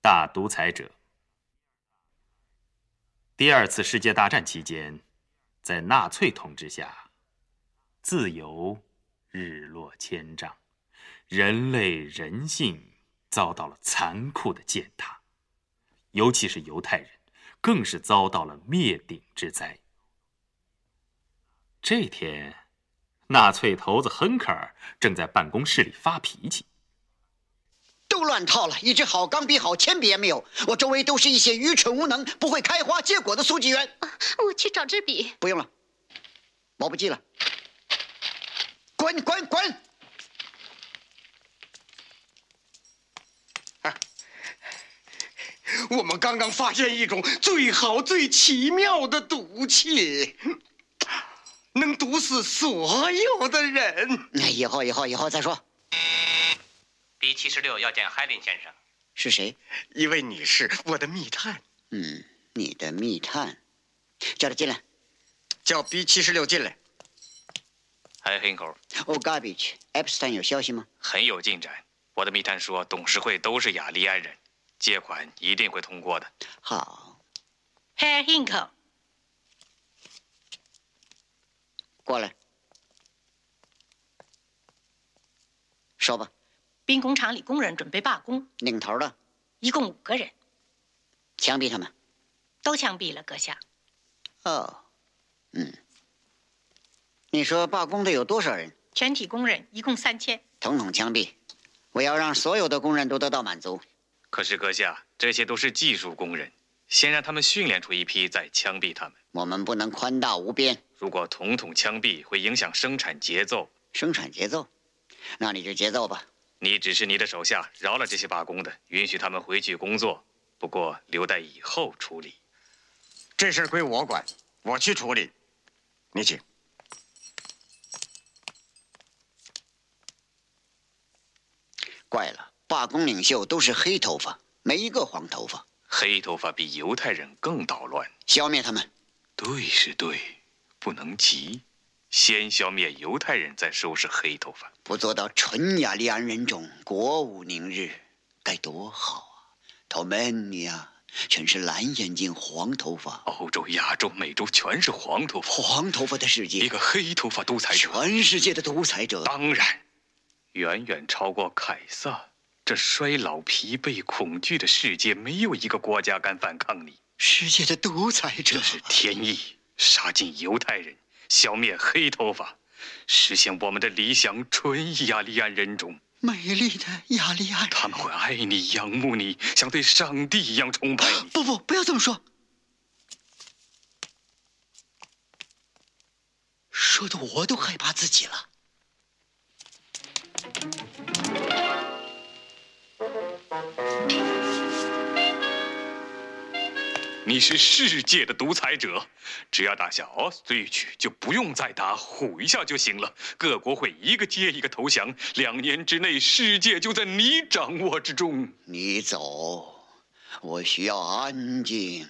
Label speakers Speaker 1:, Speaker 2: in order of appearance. Speaker 1: 大独裁者。第二次世界大战期间，在纳粹统治下，自由日落千丈，人类人性遭到了残酷的践踏，尤其是犹太人，更是遭到了灭顶之灾。这天，纳粹头子亨克尔正在办公室里发脾气。
Speaker 2: 都乱套了，一支好钢笔、好铅笔也没有。我周围都是一些愚蠢无能、不会开花结果的速记员。
Speaker 3: 我去找支笔。
Speaker 2: 不用了，毛笔记了。滚滚滚！
Speaker 4: 我们刚刚发现一种最好、最奇妙的毒气，能毒死所有的人。
Speaker 2: 哎以后以后以后再说。
Speaker 5: B 七十六要见海林先生，
Speaker 2: 是谁？
Speaker 4: 一位女士，我的密探，
Speaker 2: 嗯，你的密探，叫他进来。
Speaker 4: 叫 B 七十六进来。
Speaker 5: 海黑口
Speaker 2: Oh garbage，e p s t e i n 有消息吗？
Speaker 5: 很有进展。我的密探说，董事会都是雅利安人，借款一定会通过的。
Speaker 2: 好，
Speaker 6: Herr Hinkle，
Speaker 2: 过来，说吧，
Speaker 6: 兵工厂里工人准备罢工，
Speaker 2: 领头的
Speaker 6: 一共五个人，
Speaker 2: 枪毙他们。
Speaker 6: 都枪毙了，阁下。
Speaker 2: 哦，嗯，你说罢工的有多少人？
Speaker 6: 全体工人一共三千。
Speaker 2: 统统枪毙！我要让所有的工人都得到满足。
Speaker 5: 可是阁下，这些都是技术工人，先让他们训练出一批，再枪毙他们。
Speaker 2: 我们不能宽大无边，
Speaker 5: 如果统统枪毙，会影响生产节奏。
Speaker 2: 生产节奏。那你就节奏吧。
Speaker 5: 你只是你的手下，饶了这些罢工的，允许他们回去工作，不过留待以后处理。
Speaker 4: 这事儿归我管，我去处理。你请。
Speaker 2: 怪了，罢工领袖都是黑头发，没一个黄头发。
Speaker 5: 黑头发比犹太人更捣乱。
Speaker 2: 消灭他们！
Speaker 5: 对是对，不能急，先消灭犹太人，再收拾黑头发。
Speaker 2: 不做到纯雅利安人种，国无宁日，该多好啊！头们你呀，全是蓝眼睛、黄头发，
Speaker 5: 欧洲、亚洲、美洲全是黄头发，
Speaker 2: 黄头发的世
Speaker 5: 一
Speaker 2: 界，
Speaker 5: 个黑头发独裁者，
Speaker 2: 全世界的独裁者。
Speaker 5: 当然，远远超过凯撒。这衰老、疲惫、恐惧的世界，没有一个国家敢反抗你。
Speaker 2: 世界的独裁者
Speaker 5: 这是天意，杀尽犹太人，消灭黑头发，实现我们的理想——纯雅利安人种。
Speaker 2: 美丽的雅利安人。
Speaker 5: 他们会爱你、仰慕你，像对上帝一样崇拜你。
Speaker 2: 不不，不要这么说，说的我都害怕自己了。
Speaker 5: 你是世界的独裁者，只要打下 Ostrich 就不用再打虎一下就行了。各国会一个接一个投降，两年之内世界就在你掌握之中。
Speaker 2: 你走，我需要安静。